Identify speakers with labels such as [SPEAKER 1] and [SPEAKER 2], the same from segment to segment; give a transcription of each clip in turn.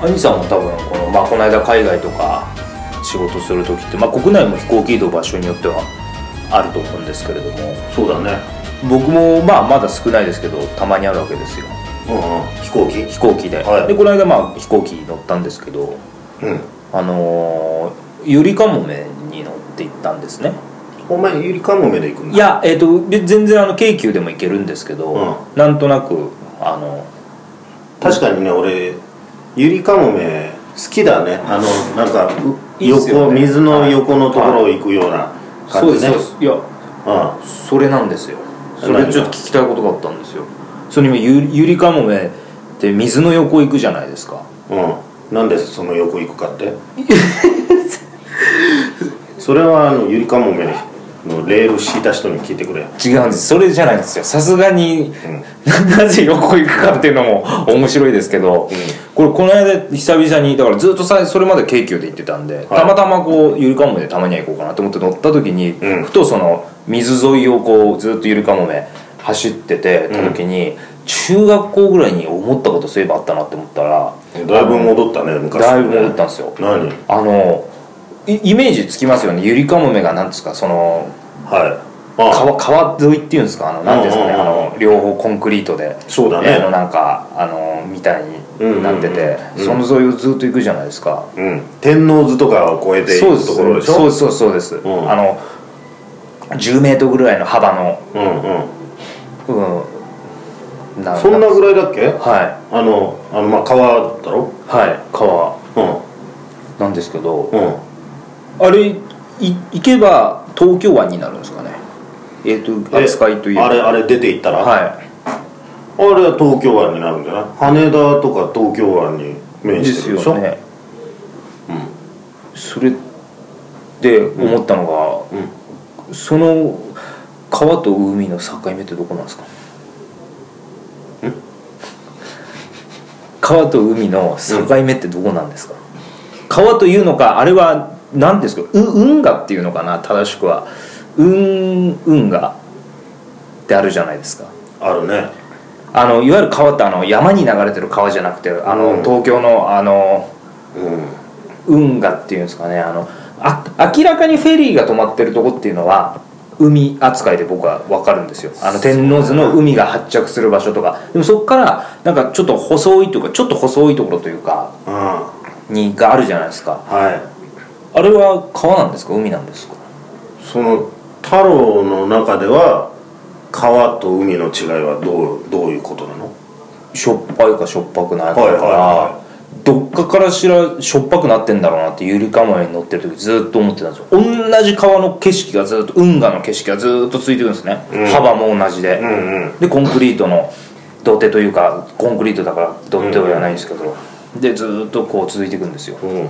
[SPEAKER 1] 兄さんも多分この、まあ、この間海外とか仕事する時って、まあ、国内も飛行機移動場所によってはあると思うんですけれども
[SPEAKER 2] そうだね
[SPEAKER 1] 僕もまあまだ少ないですけどたまにあるわけですよ
[SPEAKER 2] うん、うん、飛行機
[SPEAKER 1] 飛行機で、
[SPEAKER 2] はい
[SPEAKER 1] でこの間まあ飛行機乗ったんですけど
[SPEAKER 2] うん
[SPEAKER 1] あのー、ゆりかもめに乗って行ったんですね
[SPEAKER 2] お前ゆりかもめで行くん
[SPEAKER 1] い
[SPEAKER 2] だ
[SPEAKER 1] や、えっとで全然あの京急でも行けるんですけど、
[SPEAKER 2] うん
[SPEAKER 1] なんとなくあの
[SPEAKER 2] 確かにね俺ゆりかもめ好きだねあのなんかう
[SPEAKER 1] いいっすよ
[SPEAKER 2] 横
[SPEAKER 1] ね
[SPEAKER 2] 水の横のところを行くような
[SPEAKER 1] そうで
[SPEAKER 2] 感じ
[SPEAKER 1] す
[SPEAKER 2] ね
[SPEAKER 1] そうですいや
[SPEAKER 2] うん
[SPEAKER 1] それなんですよそ
[SPEAKER 2] 何
[SPEAKER 1] れ
[SPEAKER 2] が
[SPEAKER 1] ちょっと聞きたいことがあったんですよそれ今ゆゆりかもめって水の横行くじゃないですか
[SPEAKER 2] うん、なんでその横行くかって それはあのゆりかもめのレール敷いた人に聞いてくれ、
[SPEAKER 1] 違うんですそれじゃないんですよさすがに
[SPEAKER 2] うん、
[SPEAKER 1] なぜ横行くかっていうのも 面白いですけど、これこの間久々にだからずっとさそれまで京急で行ってたんで、たまたまこうゆりかもめでたまには行こうかなと思って乗った時に、
[SPEAKER 2] うん
[SPEAKER 1] ふとその水沿いをこうずっとゆりかもめ走っててた時に、中学校ぐらいに思ったことそういえばあったなって思ったら
[SPEAKER 2] だいぶ戻ったね昔
[SPEAKER 1] だいぶ戻ったんですよ
[SPEAKER 2] 何
[SPEAKER 1] あのいイメージつきますよねゆりかもめがなんですかその
[SPEAKER 2] はいあ
[SPEAKER 1] 川川沿いっていうんですかあのなんていうんですかね
[SPEAKER 2] うん
[SPEAKER 1] あ
[SPEAKER 2] うんうんうん
[SPEAKER 1] の両方コンクリートで
[SPEAKER 2] そうだ
[SPEAKER 1] あの
[SPEAKER 2] ね
[SPEAKER 1] なんかあのみたいになってて、
[SPEAKER 2] うんうんうんうん
[SPEAKER 1] その沿いをずっと行くじゃないですか、
[SPEAKER 2] うん天王寺とかを越えてい
[SPEAKER 1] そうで
[SPEAKER 2] く
[SPEAKER 1] す
[SPEAKER 2] ところでしょ
[SPEAKER 1] そうですそうですそうです、
[SPEAKER 2] ん
[SPEAKER 1] あの10メートルぐらいの幅の
[SPEAKER 2] うんうん
[SPEAKER 1] うんな
[SPEAKER 2] そんなぐらいだっけ
[SPEAKER 1] は
[SPEAKER 2] あのあのまあ川だろ
[SPEAKER 1] いはい川
[SPEAKER 2] う
[SPEAKER 1] なんですけど、
[SPEAKER 2] んうん
[SPEAKER 1] あれい行けば東京湾になるんですかねえっ、と
[SPEAKER 2] え
[SPEAKER 1] 扱いという
[SPEAKER 2] あれあれ出ていったら、
[SPEAKER 1] は
[SPEAKER 2] あれは東京湾になるんじゃない羽田とか東京湾に
[SPEAKER 1] い
[SPEAKER 2] 面
[SPEAKER 1] で
[SPEAKER 2] して
[SPEAKER 1] す
[SPEAKER 2] るでし
[SPEAKER 1] よ
[SPEAKER 2] ょ
[SPEAKER 1] ね、それで思ったのが、その川と海の境目ってどこなんですか川と海の境目ってどこなんですか、川というのかあれは何ですかう運河っていうのかな正しくは運運河ってあるじゃないですか
[SPEAKER 2] あるね
[SPEAKER 1] あのいわゆる川ってあの山に流れてる川じゃなくてあの、
[SPEAKER 2] うん
[SPEAKER 1] 東京のあの
[SPEAKER 2] うん
[SPEAKER 1] 運河っていうんですかねあのあ明らかにフェリーが止まってるとこっていうのは海扱いで僕は分かるんですよあの天王洲の海が発着する場所とかでもそこからなんかちょっと細いというかちょっと細いところというか
[SPEAKER 2] うんは
[SPEAKER 1] にがあるじゃないですか
[SPEAKER 2] い
[SPEAKER 1] あれは川なんですか海なんですか
[SPEAKER 2] その太郎の中では川と海の違いはどうどういうことなの
[SPEAKER 1] しょっぱいかしょっぱくないか
[SPEAKER 2] はい
[SPEAKER 1] だ
[SPEAKER 2] はい
[SPEAKER 1] から、
[SPEAKER 2] は
[SPEAKER 1] どっかからしらしょっぱくなってんだろうなってゆりかもめに乗ってる時ずっと思ってたんですよ同じ川の景色がずっと運河の景色がずっとついてくるんですね、幅も同じで、
[SPEAKER 2] うんうん
[SPEAKER 1] でコンクリートの土手というかコンクリートだから土手はないんですけど、でずーっとこう続いていくんですよ
[SPEAKER 2] うん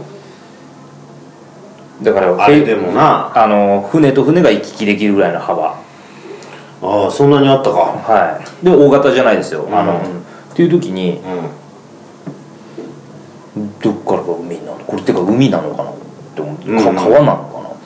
[SPEAKER 1] だから
[SPEAKER 2] あれでもな
[SPEAKER 1] あの船と船が行き来できるぐらいの幅
[SPEAKER 2] ああそんなにあったか
[SPEAKER 1] はいでも大型じゃないですよ、あの
[SPEAKER 2] うん
[SPEAKER 1] うんっていう時に
[SPEAKER 2] う
[SPEAKER 1] どっからが海なのこれってか海なのかなって思って、か
[SPEAKER 2] うんうん
[SPEAKER 1] 川なのかな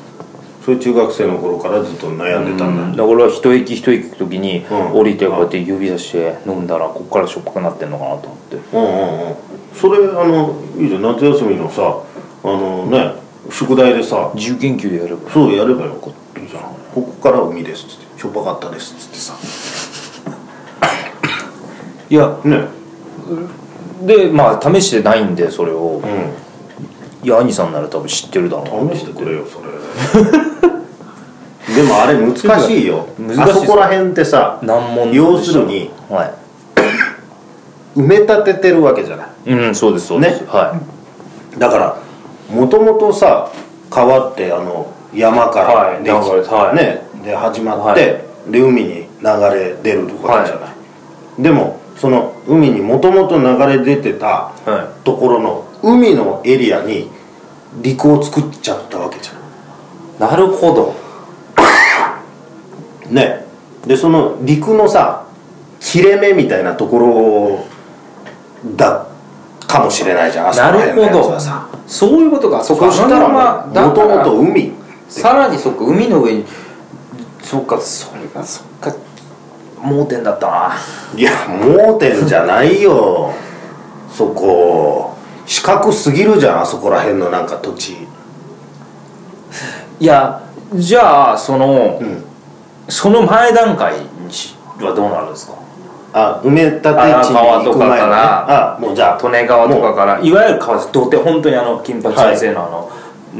[SPEAKER 2] そういう中学生の頃からずっと悩んでたんだ、
[SPEAKER 1] だから一駅一駅行く時に
[SPEAKER 2] うん
[SPEAKER 1] 降りてこうやって指さして飲んだらこっからしょっぱくなってんのかなと思って
[SPEAKER 2] うんうんうんそれあのいいじゃん夏休みのさあのね宿題でさ
[SPEAKER 1] 自由研究でやれば
[SPEAKER 2] そうやればよかったじゃんここから海ですっつってしょっぱかったですっつってさ
[SPEAKER 1] いや
[SPEAKER 2] ね
[SPEAKER 1] でまあ試してないんでそれを
[SPEAKER 2] う
[SPEAKER 1] いや兄さんなら多分知ってるだろうなん
[SPEAKER 2] 試してくれよそれ でもあれ難しいよ
[SPEAKER 1] 難しいっ
[SPEAKER 2] あ
[SPEAKER 1] すよ
[SPEAKER 2] そこら辺ってさ
[SPEAKER 1] 難問
[SPEAKER 2] 要するに
[SPEAKER 1] は
[SPEAKER 2] 埋め立ててるわけじゃない
[SPEAKER 1] いうんそうですそうです、
[SPEAKER 2] ね
[SPEAKER 1] はい
[SPEAKER 2] だからもともとさ川ってあの山か
[SPEAKER 1] は
[SPEAKER 2] ら
[SPEAKER 1] い
[SPEAKER 2] でき、
[SPEAKER 1] 流れてはい
[SPEAKER 2] ね、で始まって、
[SPEAKER 1] は
[SPEAKER 2] で海に流れ出るわけじゃない、でもその海にもともと流れ出てた
[SPEAKER 1] は
[SPEAKER 2] ところの海のエリアに陸を作っちゃったわけじゃな
[SPEAKER 1] い、な
[SPEAKER 2] い
[SPEAKER 1] るほど
[SPEAKER 2] いねでその陸のさ切れ目みたいなところだかもしれないじゃんあそこ
[SPEAKER 1] な
[SPEAKER 2] ら
[SPEAKER 1] る
[SPEAKER 2] 辺
[SPEAKER 1] ほ
[SPEAKER 2] のやつ
[SPEAKER 1] ど
[SPEAKER 2] はさ
[SPEAKER 1] そういうことかそっ
[SPEAKER 2] そ
[SPEAKER 1] か
[SPEAKER 2] し
[SPEAKER 1] あ
[SPEAKER 2] た
[SPEAKER 1] の
[SPEAKER 2] ら
[SPEAKER 1] まま
[SPEAKER 2] もとも
[SPEAKER 1] だ
[SPEAKER 2] と
[SPEAKER 1] から
[SPEAKER 2] 海
[SPEAKER 1] さらにそっか海の上にそっかそれがそっか盲点だったない
[SPEAKER 2] や盲点じゃないよそこ四角すぎるじゃんあそこら辺のなんか土地
[SPEAKER 1] いやじゃあその、
[SPEAKER 2] ん
[SPEAKER 1] その前段階にしはどうなるんですか
[SPEAKER 2] あ埋め立て地に
[SPEAKER 1] 川
[SPEAKER 2] 行
[SPEAKER 1] と
[SPEAKER 2] く
[SPEAKER 1] かか
[SPEAKER 2] 前のね
[SPEAKER 1] ら
[SPEAKER 2] あもうじゃあ
[SPEAKER 1] 利根川とかからいわゆる川です土手本当にあの金八先生のあの、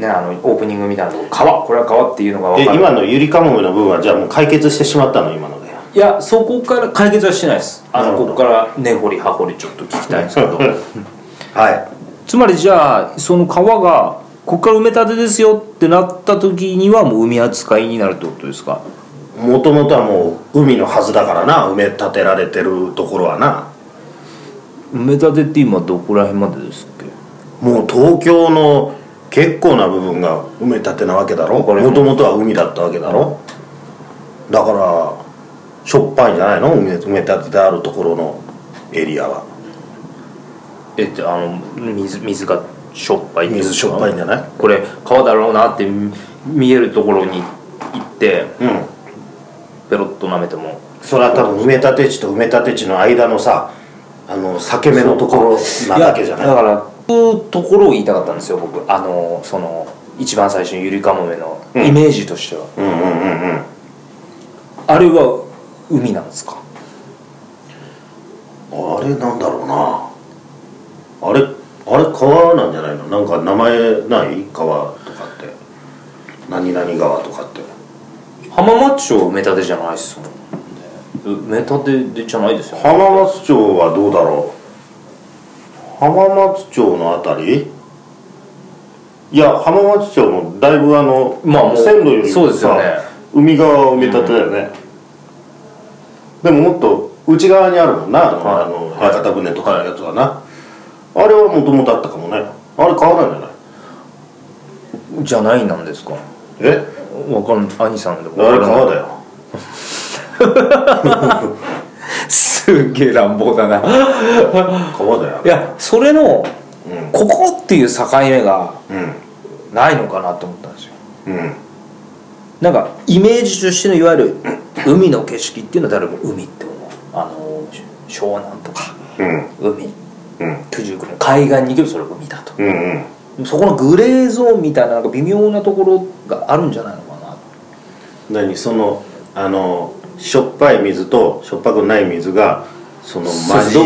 [SPEAKER 1] ねあのオープニングみたいなとこ川これは川っていうのが分
[SPEAKER 2] え
[SPEAKER 1] かる
[SPEAKER 2] 今のゆりかもめの部分はじゃあもう解決してしまったの今ので
[SPEAKER 1] いやそこから解決はしてないですあ
[SPEAKER 2] な
[SPEAKER 1] の
[SPEAKER 2] る
[SPEAKER 1] こ
[SPEAKER 2] ほ
[SPEAKER 1] こ
[SPEAKER 2] ど
[SPEAKER 1] から根掘り葉掘りちょっと聞きたいんです けど
[SPEAKER 2] は
[SPEAKER 1] つまりじゃあその川がここから埋め立てですよってなった時にはもう海扱いになるってことですか
[SPEAKER 2] いもともとはもう海のはずだからな埋め立てられてるところはな
[SPEAKER 1] 埋め立てって今どこら辺までですっけ
[SPEAKER 2] もう東京の結構な部分が埋め立てなわけだろ
[SPEAKER 1] これ
[SPEAKER 2] もともとは海だったわけだろだからしょっぱいんじゃないの埋め埋め立ててあるところのエリアは
[SPEAKER 1] えってあの水水がしょっぱいってことです
[SPEAKER 2] 水
[SPEAKER 1] か
[SPEAKER 2] しょっぱいんじゃない
[SPEAKER 1] これ川だろうなってみ見えるところに行って
[SPEAKER 2] うん
[SPEAKER 1] ペロッと舐めても
[SPEAKER 2] それは多分埋め立て地と埋め立て地の間のさあの裂け目のところなだけじゃない
[SPEAKER 1] やだからそういうところを言いたかったんですよ僕あのその一番最初のゆりかもめのイメージとしては、
[SPEAKER 2] うんうんうんうん
[SPEAKER 1] あれは海なんですか
[SPEAKER 2] あれなんだろうなあれあれ川なんじゃないのなんか名前ない川とかって何々川とかって
[SPEAKER 1] 浜松町埋め立てじゃないですもんね埋め立てでじゃないですよね
[SPEAKER 2] 浜松町はどうだろう浜松町のあたりいや浜松町もだいぶあの、
[SPEAKER 1] まあもう
[SPEAKER 2] 線路より
[SPEAKER 1] そうですよね
[SPEAKER 2] さ海側を埋め立てだよね、でももっと内側にあるもんなあの,、
[SPEAKER 1] はい
[SPEAKER 2] あの屋形船とかのやつはな、あれはもともとあったかもねあれ変わらないんじゃない
[SPEAKER 1] じゃないなんですか
[SPEAKER 2] え
[SPEAKER 1] わかん兄さんでも
[SPEAKER 2] あれ
[SPEAKER 1] わから
[SPEAKER 2] 川
[SPEAKER 1] ない
[SPEAKER 2] だよ
[SPEAKER 1] すげえ乱暴だな
[SPEAKER 2] 川だよ
[SPEAKER 1] いやそれの
[SPEAKER 2] うん
[SPEAKER 1] ここっていう境目が
[SPEAKER 2] うん
[SPEAKER 1] ないのかなと思ったんですよ
[SPEAKER 2] うん
[SPEAKER 1] なんかイメージとしてのいわゆる海の景色っていうのは誰も海って思うあのし湘南とか
[SPEAKER 2] うん
[SPEAKER 1] 海
[SPEAKER 2] うん
[SPEAKER 1] 九十九里海岸に行けばそれは海だと
[SPEAKER 2] うんうん
[SPEAKER 1] そこのグレーゾーンみたいななんか微妙なところがあるんじゃないのかな
[SPEAKER 2] 何そのあのしょっぱい水としょっぱくない水がその混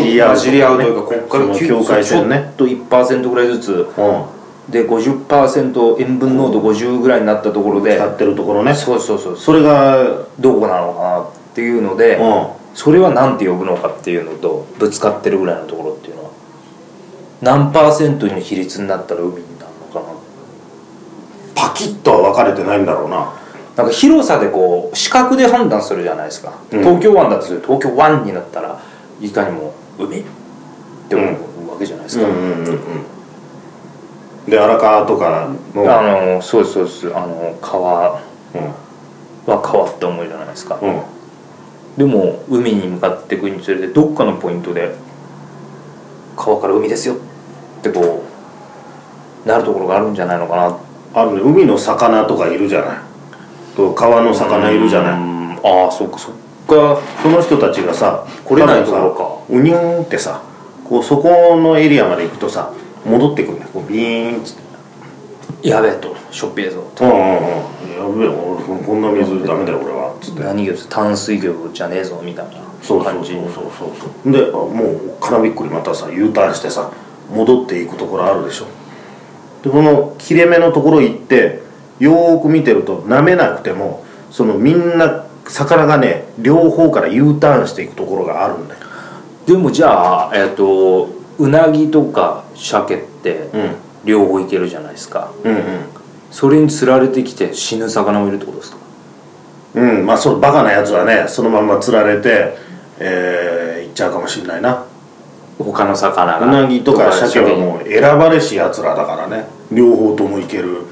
[SPEAKER 2] じり合う
[SPEAKER 1] 混じり合うというかここから
[SPEAKER 2] その
[SPEAKER 1] 急
[SPEAKER 2] 境界線
[SPEAKER 1] ちょ
[SPEAKER 2] ね
[SPEAKER 1] っと1%ぐらいずつ
[SPEAKER 2] うん
[SPEAKER 1] で50%塩分濃度50ぐらいになったところで、
[SPEAKER 2] 使ってるところね
[SPEAKER 1] そうそうそう
[SPEAKER 2] それがうん
[SPEAKER 1] どこなのかなっていうので、それは何て呼ぶのかっていうのとぶつかってるぐらいのところっていうのは何パーセントの比率になったら海になるのかな
[SPEAKER 2] パキッとは分かれてないんだろうな
[SPEAKER 1] なんか広さでこう視覚で判断するじゃないですか、
[SPEAKER 2] うん
[SPEAKER 1] 東京湾だとすると東京湾になったらいかにも海って思うわけじゃないですか、
[SPEAKER 2] んうんうんで荒川とかの
[SPEAKER 1] あのそうですそうですあの川は川って思うじゃないですか、
[SPEAKER 2] うんうん
[SPEAKER 1] でも海に向かっていくにつれてどっかのポイントで川から海ですよってこうなるところがあるんじゃないのかな
[SPEAKER 2] あるね海の魚とかいるじゃないと川の魚いるじゃない
[SPEAKER 1] いああそっかそっか
[SPEAKER 2] その人たちがさ
[SPEAKER 1] 来れないところか
[SPEAKER 2] 多分さうにゅーんってさこうそこのエリアまで行くとさ戻ってくるんだよこうビーンっつって
[SPEAKER 1] やべえとしょっぺえぞ
[SPEAKER 2] うんうんうんやべえ俺こんな水ダメだよ俺はつって
[SPEAKER 1] 何魚淡水魚じゃねえぞみたいな
[SPEAKER 2] そうそ
[SPEAKER 1] 感
[SPEAKER 2] う
[SPEAKER 1] じ
[SPEAKER 2] そうそうそうそうであもうからびっくりまたさ U ターンしてさ戻っていくところあるでしょでこの切れ目のところ行ってよーく見てると舐めなくてもそのみんな魚がね両方から U ターンしていくところがあるんだよ
[SPEAKER 1] でもじゃあえっ、とうなぎとか鮭って
[SPEAKER 2] うん
[SPEAKER 1] 両方いけるじゃないですか
[SPEAKER 2] うんうん
[SPEAKER 1] それに釣られてきて死ぬ魚もいるってことですか
[SPEAKER 2] うんまあそうバカなやつはねそのまんま釣られてえー、行っちゃうかもしれないな
[SPEAKER 1] 他の魚
[SPEAKER 2] う
[SPEAKER 1] が
[SPEAKER 2] なぎとか鮭はもう選ばれしやつらだからね両方ともいける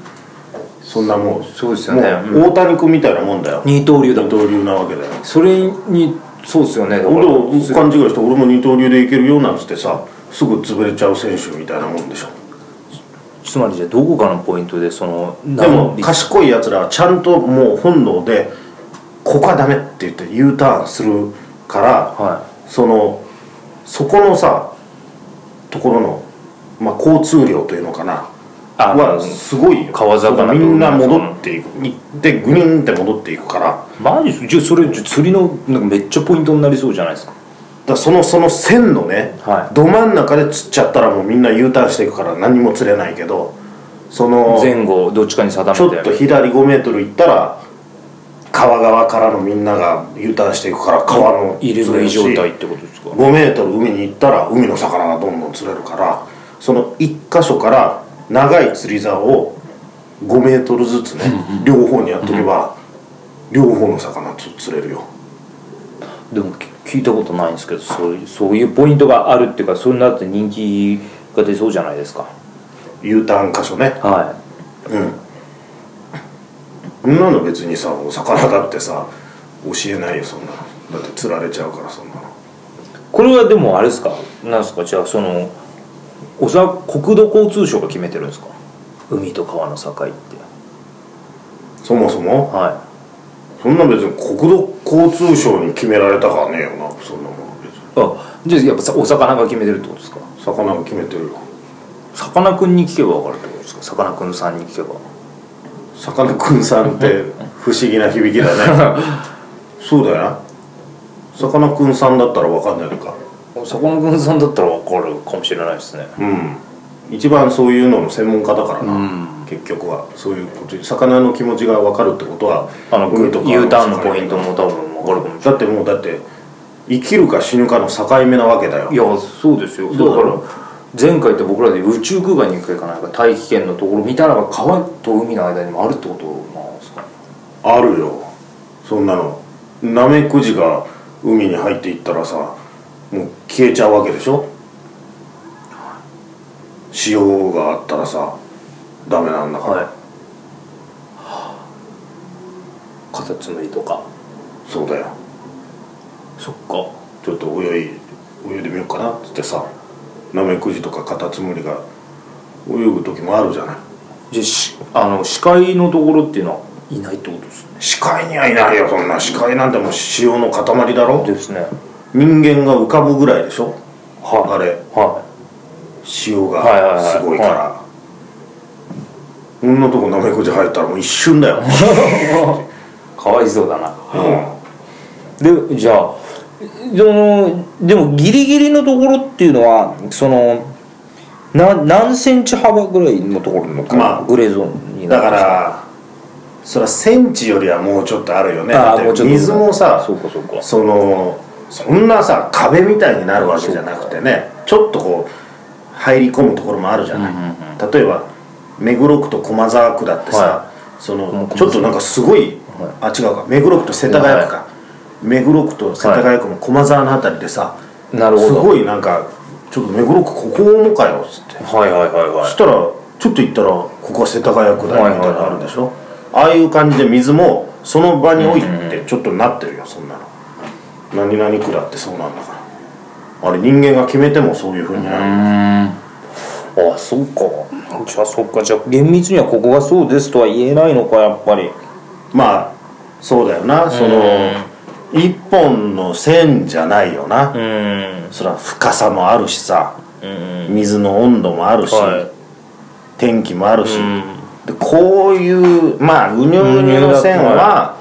[SPEAKER 2] そんなもう
[SPEAKER 1] そうですよね
[SPEAKER 2] もう大谷君みたいなもんだよ
[SPEAKER 1] 二刀流だ
[SPEAKER 2] 二刀流なわけだよ
[SPEAKER 1] それにそうですよねだから
[SPEAKER 2] 俺を勘違いして俺も二刀流でいけるよなんつってさすぐ潰れちゃう選手みたいなもんでしょ
[SPEAKER 1] つまりじゃあどこかのポイントでその
[SPEAKER 2] でも
[SPEAKER 1] 何
[SPEAKER 2] 賢いやつらはちゃんともう本能でここはダメって言って U ターンするから、
[SPEAKER 1] は
[SPEAKER 2] そのそこのさところのまあ、交通量というのかな
[SPEAKER 1] あ
[SPEAKER 2] はすごいよ
[SPEAKER 1] 川魚と
[SPEAKER 2] みんな戻っていく行ってグニンって戻っていくからだか
[SPEAKER 1] マジっすじゃあそれじゃあ釣りのなんかめっちゃポイントになりそうじゃないですから
[SPEAKER 2] そのその線のね、
[SPEAKER 1] はい
[SPEAKER 2] ど真ん中で釣っちゃったらもうみんな U ターンしていくから何も釣れないけどその
[SPEAKER 1] 前後どっちかに定めて
[SPEAKER 2] ちょっと左5メートル行ったら川側からのみんなが U ターンしていくから川の
[SPEAKER 1] 入れ食い状態ってことですか
[SPEAKER 2] 5メートル海に行ったら海の魚がどんどん釣れるからその1箇所から長い釣り竿を5メートルずつね両方にやっとけば両方の魚つ釣れるよ
[SPEAKER 1] でもき聞いたことないんですけどそういうそういうポイントがあるっていうかそういうのだって人気が出そうじゃないですか
[SPEAKER 2] U ターン箇所ね
[SPEAKER 1] は
[SPEAKER 2] うんそんなの別にさお魚だってさ教えないよそんなのだって釣られちゃうからそんなの
[SPEAKER 1] いこれはでもあれですかなんですかじゃあそのおさ国土交通省が決めてるんですか海と川の境って
[SPEAKER 2] そもそも
[SPEAKER 1] は
[SPEAKER 2] そんな別に国土交通省に決められたからねえよなそんなもの別に
[SPEAKER 1] いあじゃあやっぱさお魚が決めてるってことですか
[SPEAKER 2] 魚が決めてるよ
[SPEAKER 1] さかなクンに聞けば分かるってことですかさかなクンさんに聞けば
[SPEAKER 2] さかなクンさんって不思議な響きだねそうだよなさかなクンさんだったら分かんないのか
[SPEAKER 1] さかなクンさんだったら分かるかもしれないですね
[SPEAKER 2] うん一番そういうのの専門家だからな、
[SPEAKER 1] うん
[SPEAKER 2] 結局はそういうことに魚の気持ちが分かるってことは
[SPEAKER 1] あの
[SPEAKER 2] 海とか
[SPEAKER 1] U ターンのポイントも多分分かるかもし
[SPEAKER 2] だってもうだって生きるか死ぬかの境目なわけだよ
[SPEAKER 1] れないいやそうですよだ
[SPEAKER 2] そうだ
[SPEAKER 1] から
[SPEAKER 2] ろ
[SPEAKER 1] 前回って僕らで宇宙空間に行くか行かないか大気圏のところみたいなのが川と海の間にもあるってことなんですかね
[SPEAKER 2] あるよそんなのナメクジが海に入っていったらさもう消えちゃうわけでしょ塩があったらさダメなんだから、
[SPEAKER 1] はいカタツムリとか
[SPEAKER 2] そうだよ
[SPEAKER 1] そっか
[SPEAKER 2] ちょっと泳い泳いでみようかなっつってさナメクジとかカタツムリが泳ぐ時もあるじゃない
[SPEAKER 1] じゃあしあの視界のところっていうのはいないってことですね
[SPEAKER 2] 視界にはいないよそんな視界なんてもう塩の塊だろ
[SPEAKER 1] ですね
[SPEAKER 2] 人間が浮かぶぐらいでしょ
[SPEAKER 1] はい
[SPEAKER 2] あれ
[SPEAKER 1] は
[SPEAKER 2] 塩
[SPEAKER 1] はいはいは
[SPEAKER 2] が
[SPEAKER 1] い
[SPEAKER 2] すごいから、
[SPEAKER 1] は
[SPEAKER 2] こんなとこナメクジ入ったらもう一 瞬だよ、
[SPEAKER 1] いかわいそうだな
[SPEAKER 2] う
[SPEAKER 1] でじゃあそのでもギリギリのところっていうのはそのな何センチ幅ぐらいのところのかな、
[SPEAKER 2] まあ
[SPEAKER 1] グレーゾーンに
[SPEAKER 2] ん、
[SPEAKER 1] なる
[SPEAKER 2] だからそりゃセンチよりはもうちょっとあるよね
[SPEAKER 1] あ
[SPEAKER 2] だ
[SPEAKER 1] あ
[SPEAKER 2] って
[SPEAKER 1] もうちょっと
[SPEAKER 2] 水もさ
[SPEAKER 1] そうかそうか
[SPEAKER 2] そのそんなさ壁みたいになるわけじゃなくてねちょっとこう入り込むところもあるじゃない、例えば目黒区と駒沢区だってさ、
[SPEAKER 1] は
[SPEAKER 2] その
[SPEAKER 1] 駒
[SPEAKER 2] ちょっとなんかすごい、あ違うか目黒区と世田谷区か、目黒区と世田谷区の駒沢のあたりでさ、
[SPEAKER 1] なるほ
[SPEAKER 2] す
[SPEAKER 1] ど
[SPEAKER 2] ごいなんか「ちょっと目黒区ここのかよ」っつって
[SPEAKER 1] はいはいはい
[SPEAKER 2] そ
[SPEAKER 1] は
[SPEAKER 2] したらちょっと行ったら「ここは世田谷区だ
[SPEAKER 1] はいは
[SPEAKER 2] よ」
[SPEAKER 1] い
[SPEAKER 2] みたいなのあるでしょああいう感じで水もその場に置いてちょっとなってるよそんなの何々区だってそうなんだからあれ人間が決めてもそういうふうになる、
[SPEAKER 1] いああそうかじゃあそっかじゃあ厳密にはここがそうですとは言えないのかやっぱり
[SPEAKER 2] まあそうだよなその一本の線じゃないよな、
[SPEAKER 1] うん
[SPEAKER 2] そら深さもあるしさ
[SPEAKER 1] うん
[SPEAKER 2] 水の温度もあるし、
[SPEAKER 1] は
[SPEAKER 2] 天気もあるし、
[SPEAKER 1] ん
[SPEAKER 2] でこういうまあうにょうにょの線は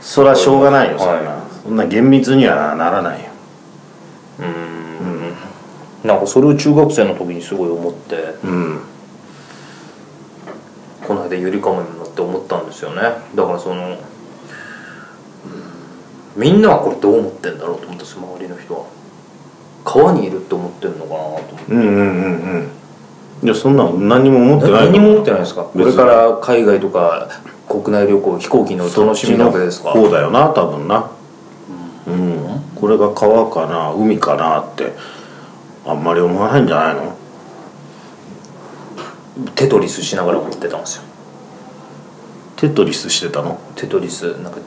[SPEAKER 2] それはしょうがないよ、
[SPEAKER 1] はい
[SPEAKER 2] そんなそんな厳密にはならないよ
[SPEAKER 1] いなんかそれを中学生の時にすごい思って
[SPEAKER 2] うん
[SPEAKER 1] この間ゆりかもになって思ったんですよねだからその、うんみんなはこれどう思ってんだろうと思ったんですよ周りの人は川にいるって思ってんのかなと思って
[SPEAKER 2] うんうんうんうんいやそんなの何も思ってない
[SPEAKER 1] 何も思ってないですかこ
[SPEAKER 2] 別に
[SPEAKER 1] れから海外とか国内旅行飛行機の楽しみなわけですか
[SPEAKER 2] そうだよな多分なうん、これが川かな海かなってあんまり思わないんじゃないの
[SPEAKER 1] テトリスしながら思ってたんですよ
[SPEAKER 2] テトリスしてたの
[SPEAKER 1] テトリスなんか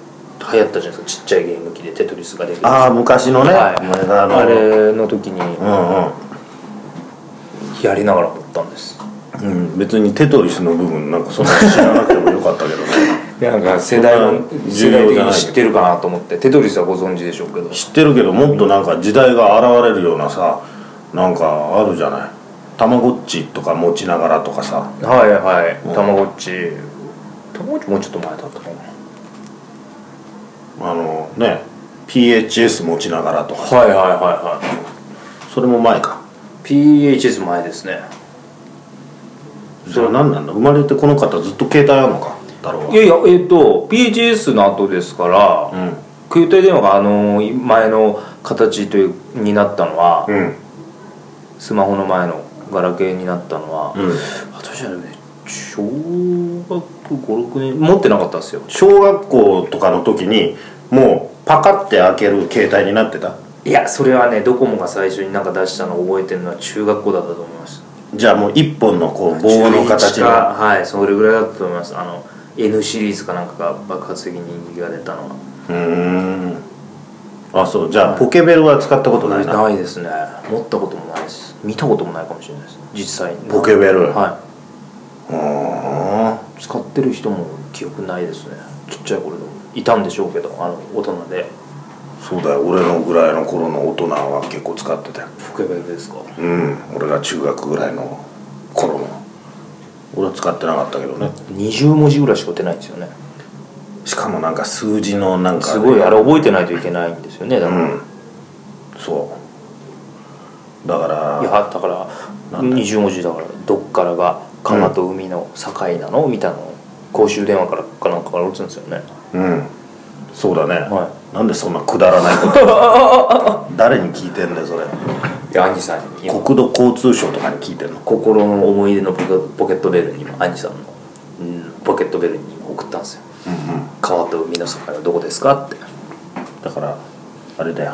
[SPEAKER 1] 流行ったじゃないですかちっちゃいゲーム機でテトリスができる
[SPEAKER 2] ああ昔のね、
[SPEAKER 1] はい
[SPEAKER 2] 前田の
[SPEAKER 1] あれの時に
[SPEAKER 2] うんうん
[SPEAKER 1] やりながら思ったんです
[SPEAKER 2] うん、別にテトリスの部分なんかそんな知らなくてもよかったけどね
[SPEAKER 1] なんか世代の
[SPEAKER 2] そんな
[SPEAKER 1] 世
[SPEAKER 2] 重
[SPEAKER 1] 代
[SPEAKER 2] 要
[SPEAKER 1] 的
[SPEAKER 2] じゃない
[SPEAKER 1] に知ってるかなと思ってテトリスはご存知でしょうけど
[SPEAKER 2] 知ってるけどもっとなんか時代が現れるようなさなんかあるじゃないたまごっちとか持ちながらとかさ
[SPEAKER 1] はいはいたまごっちたまごっちもうちょっと前だったかな
[SPEAKER 2] あのね PHS 持ちながらとかさ
[SPEAKER 1] はいはいはいは
[SPEAKER 2] それも前か
[SPEAKER 1] い PHS 前ですね
[SPEAKER 2] それは何なんだ生まれてこの方ずっと携帯あるのかだろう
[SPEAKER 1] いやいやえっ、と PHS の後ですから、
[SPEAKER 2] うん
[SPEAKER 1] 携帯電話があの前の形というになったのは、
[SPEAKER 2] うん
[SPEAKER 1] スマホの前のガラケーになったのは、
[SPEAKER 2] うん
[SPEAKER 1] 私はね小学56年持ってなかったんですよ
[SPEAKER 2] 小学校とかの時にもうパカって開ける携帯になってた
[SPEAKER 1] いやそれはねドコモが最初になんか出したのを覚えてるのは中学校だったと思います
[SPEAKER 2] じゃあもう一本のこう棒の形
[SPEAKER 1] 中一
[SPEAKER 2] が
[SPEAKER 1] かはいそれぐらいだったと思いますあの N シリーズかなんかが爆発的に人気が出たのは
[SPEAKER 2] うーんあそうじゃあポケベルは使ったことないな
[SPEAKER 1] ないですね持ったこともないです見たこともないかもしれないです実際に
[SPEAKER 2] ポケベル
[SPEAKER 1] は
[SPEAKER 2] うーん
[SPEAKER 1] い使ってる人も記憶ないですねちっちゃい頃でもいたんでしょうけどあの大人で
[SPEAKER 2] そうだよ俺のぐらいの頃の大人は結構使ってたよ
[SPEAKER 1] ポケベルですか
[SPEAKER 2] うん俺が中学ぐらいの頃の俺は使ってなかったけどね
[SPEAKER 1] 20文字ぐらいしか打てないんですよね
[SPEAKER 2] しかもなんか数字のなんかね
[SPEAKER 1] すごいあれ覚えてないといけないんですよねだ
[SPEAKER 2] う
[SPEAKER 1] から、
[SPEAKER 2] んそうだから
[SPEAKER 1] いやだから20文字だからどっからが川と海の境なの、みたいなのを公衆電話からかなんかから打つんですよね
[SPEAKER 2] うんそうだね、
[SPEAKER 1] は
[SPEAKER 2] なんでそんなくだらないこと 誰に聞いてんだよそれ
[SPEAKER 1] いや兄さんに
[SPEAKER 2] 国土交通省とかに聞いてんの
[SPEAKER 1] 心の思い出のポケポケットベルに今兄さんの、うん、ポケットベルに今送ったんですよ
[SPEAKER 2] うんうん
[SPEAKER 1] 川と海の境はどこですかって
[SPEAKER 2] だからあれだよ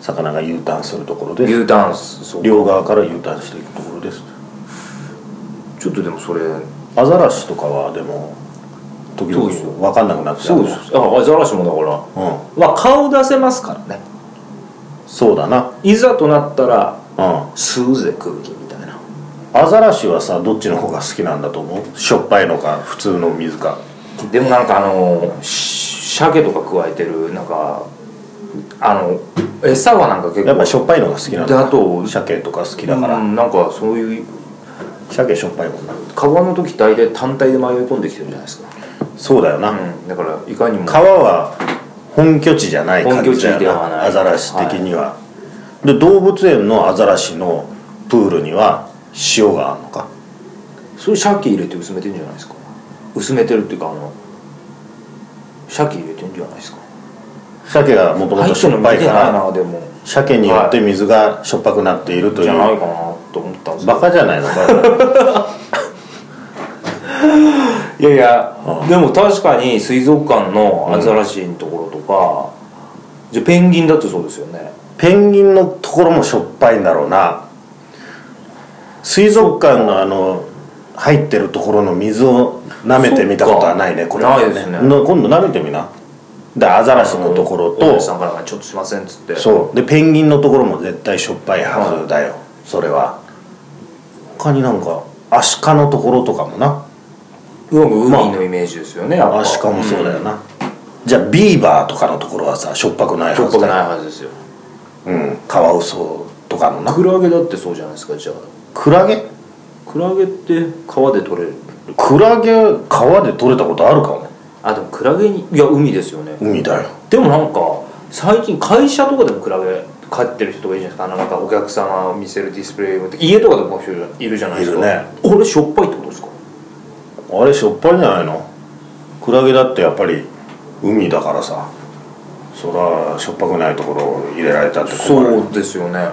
[SPEAKER 2] 魚が U ターンするところ
[SPEAKER 1] U
[SPEAKER 2] で
[SPEAKER 1] ターンそう
[SPEAKER 2] 両側から U ターンしていくところです
[SPEAKER 1] ちょっとでもそれ
[SPEAKER 2] アザラシとかはでも時々
[SPEAKER 1] そうそう
[SPEAKER 2] 分かんなくなっちゃう
[SPEAKER 1] そうですあアザラシもだから
[SPEAKER 2] うん
[SPEAKER 1] まあ顔出せますからね
[SPEAKER 2] そうだな
[SPEAKER 1] はいざとなったら
[SPEAKER 2] うん
[SPEAKER 1] 吸うぜ空気みたいな
[SPEAKER 2] アザラシはさどっちの方が好きなんだと思うしょっぱいのか普通の水か
[SPEAKER 1] でもなんかあのし鮭とか加えてるなんかあの餌はなんか結構
[SPEAKER 2] やっぱしょっぱいのが好きなんだ
[SPEAKER 1] だと
[SPEAKER 2] 鮭とか好きだから、
[SPEAKER 1] うんなんかそういう
[SPEAKER 2] 鮭しょっぱいもんな
[SPEAKER 1] 川の時大体単体で迷い込んできてるじゃないですか、
[SPEAKER 2] そうだよな、
[SPEAKER 1] うん、だからいかにも
[SPEAKER 2] 川は本拠地じゃない
[SPEAKER 1] 本拠地ではない
[SPEAKER 2] アザラシ的には、で動物園のアザラシのプールには塩があるのか
[SPEAKER 1] それ鮭入れて薄めてるんじゃないですか薄めてるっていうかあの鮭入れてるんじゃないですか
[SPEAKER 2] 鮭がもとも
[SPEAKER 1] 入
[SPEAKER 2] と
[SPEAKER 1] っ
[SPEAKER 2] して
[SPEAKER 1] る
[SPEAKER 2] ょ
[SPEAKER 1] の
[SPEAKER 2] っ
[SPEAKER 1] 見
[SPEAKER 2] ぱ
[SPEAKER 1] て
[SPEAKER 2] いか
[SPEAKER 1] ない
[SPEAKER 2] ら
[SPEAKER 1] なでも
[SPEAKER 2] 鮭によって水がしょっぱくなっているとい
[SPEAKER 1] じ
[SPEAKER 2] う、
[SPEAKER 1] ゃないかなと思ったんですけど
[SPEAKER 2] バカじゃないのか
[SPEAKER 1] いやいや、でも確かに水族館のアザラシのところとか、じゃあペンギンだってそうですよね
[SPEAKER 2] ペンギンのところもしょっぱいんだろうな水族館のあの入ってるところの水を舐めてみたことはないね
[SPEAKER 1] そっ
[SPEAKER 2] こ
[SPEAKER 1] か
[SPEAKER 2] れは
[SPEAKER 1] ないですね
[SPEAKER 2] の今度舐めてみなでアザラシのところ
[SPEAKER 1] お
[SPEAKER 2] と
[SPEAKER 1] 姉さんから「ちょっとすいません」っつって
[SPEAKER 2] そうでペンギンのところも絶対しょっぱいはずだよ、それは他になんかアシカのところとかもな
[SPEAKER 1] う海のイメージですよねやっぱ
[SPEAKER 2] アシカもそうだよな、じゃあビーバーとかのところはさしょっぱくないは
[SPEAKER 1] ちょっ
[SPEAKER 2] ず
[SPEAKER 1] と
[SPEAKER 2] だ
[SPEAKER 1] ない
[SPEAKER 2] よ、
[SPEAKER 1] はずですよ
[SPEAKER 2] うん、カワウソとかのな
[SPEAKER 1] クラゲだってそうじゃないですかじゃあ
[SPEAKER 2] クラゲ
[SPEAKER 1] クラゲって川で取れる
[SPEAKER 2] クラゲ川で取れたことあるかも
[SPEAKER 1] あでもクラゲにいや海ですよね
[SPEAKER 2] 海だよ
[SPEAKER 1] でもなんか最近会社とかでもクラゲ飼ってる人がいるじゃないですかあのなんかお客様を見せるディスプレイ用って家とかでもいるじゃないですか
[SPEAKER 2] いるね
[SPEAKER 1] 俺しょっぱいってことですか
[SPEAKER 2] あれしょっぱいんじゃないのクラゲだってやっぱり海だからさそらしょっぱくないところを入れられたって困る
[SPEAKER 1] そうですよね、
[SPEAKER 2] ん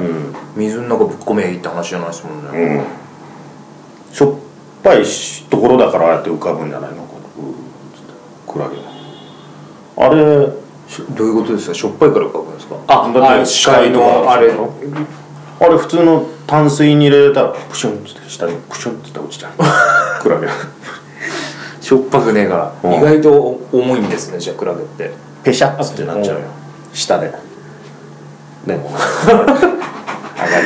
[SPEAKER 1] 水の中ぶっ込めばいいって話じゃないですもんね、
[SPEAKER 2] うんしょっぱいしところだからああやって浮かぶんじゃないのこううーっつってクラゲあれし
[SPEAKER 1] どういうことですかしょっぱいから浮かぶんですかあ
[SPEAKER 2] だって
[SPEAKER 1] 視界のあれ
[SPEAKER 2] 視界とあれ普通の淡水に入れられたらプシュンっつって下にプシュンっつって落ちちゃう クラゲ
[SPEAKER 1] しょっぱくねえから、
[SPEAKER 2] うん
[SPEAKER 1] 意外と重いんですねじゃあクラゲって
[SPEAKER 2] ペシャッつってなっちゃうよ下でね上が りたい上がり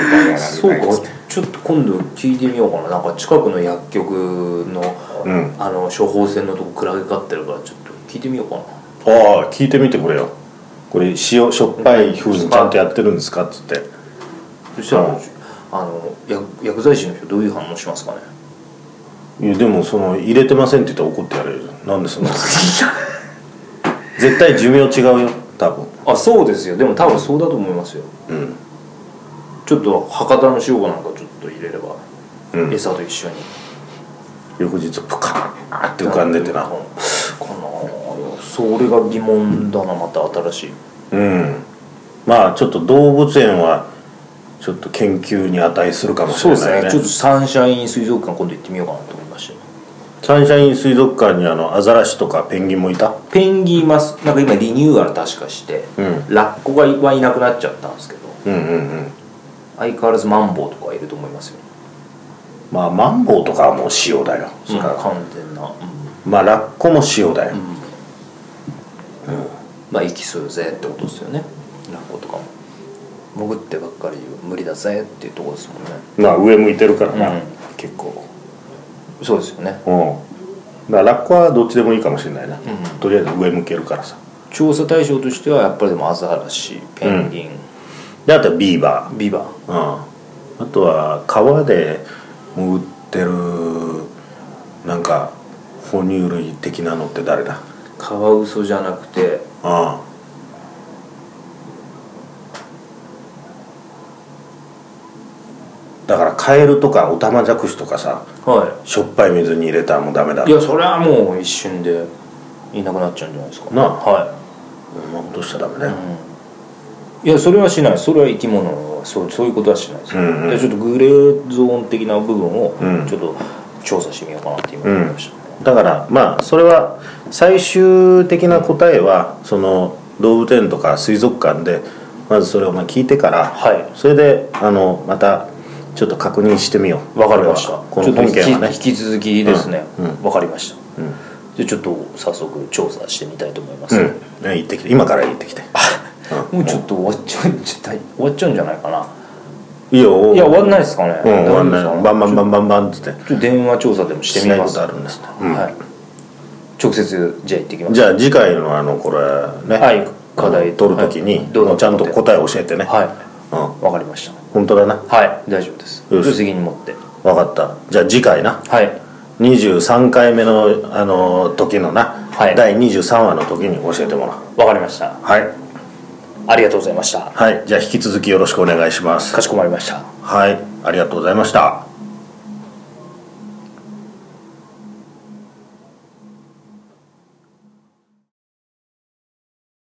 [SPEAKER 2] たい
[SPEAKER 1] そうかちょっと今度聞いてみようかななんか近くの薬局の,、
[SPEAKER 2] うん
[SPEAKER 1] あの処方箋のとこクラゲ飼ってるからちょっと聞いてみようかな
[SPEAKER 2] ああ聞いてみてくれよこれ塩しょっぱい風にちゃんとやってるんですかっつって
[SPEAKER 1] そしたら、
[SPEAKER 2] うん
[SPEAKER 1] あの薬薬剤師の人どういう反応しますかね
[SPEAKER 2] いやでもその入れてませんって言ったら怒ってやれるなんでそん な絶対寿命違うよ多分
[SPEAKER 1] あそうですよでも多分そうだと思いますよ
[SPEAKER 2] うん
[SPEAKER 1] ちょっと博多の塩なんかちょっと入れれば、
[SPEAKER 2] うん
[SPEAKER 1] 餌と一緒に
[SPEAKER 2] 翌日プカーンって浮かんでてな
[SPEAKER 1] このそれが疑問だなまた新しい
[SPEAKER 2] うんまあちょっと動物園はちょっと研究に値するかもしれないね
[SPEAKER 1] ちょっとサンシャイン水族館今度行ってみようかなと思いましたね
[SPEAKER 2] サンシャイン水族館にあのアザラシとかペンギンもいた
[SPEAKER 1] ペンギンいますなんか今リニューアル確かして、
[SPEAKER 2] うん
[SPEAKER 1] ラッコがはいなくなっちゃったんですけど
[SPEAKER 2] うんうんうん
[SPEAKER 1] 相変わらずマンボウとかはいると思いますよ
[SPEAKER 2] まあマンボウとかはもう塩だよそ
[SPEAKER 1] それ
[SPEAKER 2] れ
[SPEAKER 1] は
[SPEAKER 2] は
[SPEAKER 1] 完全な、
[SPEAKER 2] まあラッコも塩だよ、
[SPEAKER 1] まあ息吸うぜってことですよねラッコとかも潜ってばっかり言う無理だぜっていうところですもんね
[SPEAKER 2] まあ上向いてるからな、
[SPEAKER 1] うん
[SPEAKER 2] 結構
[SPEAKER 1] そうですよね
[SPEAKER 2] うんだからラッコはどっちでもいいかもしれないな、とりあえず上向けるからさ
[SPEAKER 1] 調査対象としてはやっぱりでもアザラシペンギン、
[SPEAKER 2] であとはビーバー
[SPEAKER 1] ビバ
[SPEAKER 2] うん、あとは川で潜ってるなんか哺乳類的なのって誰だ
[SPEAKER 1] カワウソじゃなくて
[SPEAKER 2] あだからカエルとかオタマジャクシとかさ
[SPEAKER 1] は
[SPEAKER 2] しょっぱい水に入れたらもうダメだ
[SPEAKER 1] いいやそれはもう一瞬でいなくなっちゃうんじゃないですか
[SPEAKER 2] なあ
[SPEAKER 1] は
[SPEAKER 2] そんなことしちゃダメね、
[SPEAKER 1] いいやそれはしないそれは生き物そうそういうことはしないです、
[SPEAKER 2] うんうん
[SPEAKER 1] でちょっとグレーゾーン的な部分を
[SPEAKER 2] うん
[SPEAKER 1] ちょっと調査してみようかなって今思いました、
[SPEAKER 2] だからまあそれは最終的な答えはその動物園とか水族館でまずそれをまあ聞いてから、
[SPEAKER 1] はい
[SPEAKER 2] それであのまたちょっと確認してみよう
[SPEAKER 1] わかりました
[SPEAKER 2] この本件はね
[SPEAKER 1] ちょっと引き引き続きですねわ、かりました、
[SPEAKER 2] ん
[SPEAKER 1] でちょっと早速調査してみたいと思います、
[SPEAKER 2] うん行ってきて今から行ってきて
[SPEAKER 1] もうちょっと終わっちゃうん じゃない終わっちゃうんじゃないかない
[SPEAKER 2] いよ
[SPEAKER 1] いや終わんないですかね、
[SPEAKER 2] うん終わんない
[SPEAKER 1] 大丈夫ですか
[SPEAKER 2] バンバンバンバンバンっつって
[SPEAKER 1] ちょっと電話調査でもしてみま
[SPEAKER 2] し
[SPEAKER 1] す
[SPEAKER 2] ないことあるんですねうん
[SPEAKER 1] はい、直接じゃあ行ってきます
[SPEAKER 2] じゃあ次回のあのこれね、
[SPEAKER 1] はい課題
[SPEAKER 2] 取るときに、
[SPEAKER 1] はいどうだ
[SPEAKER 2] もうちゃん
[SPEAKER 1] ど
[SPEAKER 2] と
[SPEAKER 1] うだ
[SPEAKER 2] 答えを教えてね、
[SPEAKER 1] はい
[SPEAKER 2] うん
[SPEAKER 1] わかりました
[SPEAKER 2] 本当だな
[SPEAKER 1] はい大丈夫です
[SPEAKER 2] よし
[SPEAKER 1] ちょっと責任持って
[SPEAKER 2] 分かったじゃあ次回な
[SPEAKER 1] はい
[SPEAKER 2] 23回目のあの時のな、
[SPEAKER 1] はい
[SPEAKER 2] 第23話の時に教えてもらう
[SPEAKER 1] わかりました
[SPEAKER 2] はい、
[SPEAKER 1] ありがとうございました
[SPEAKER 2] はい、じゃあ引き続きよろしくお願いします
[SPEAKER 1] かしこまりました
[SPEAKER 2] はいありがとうございました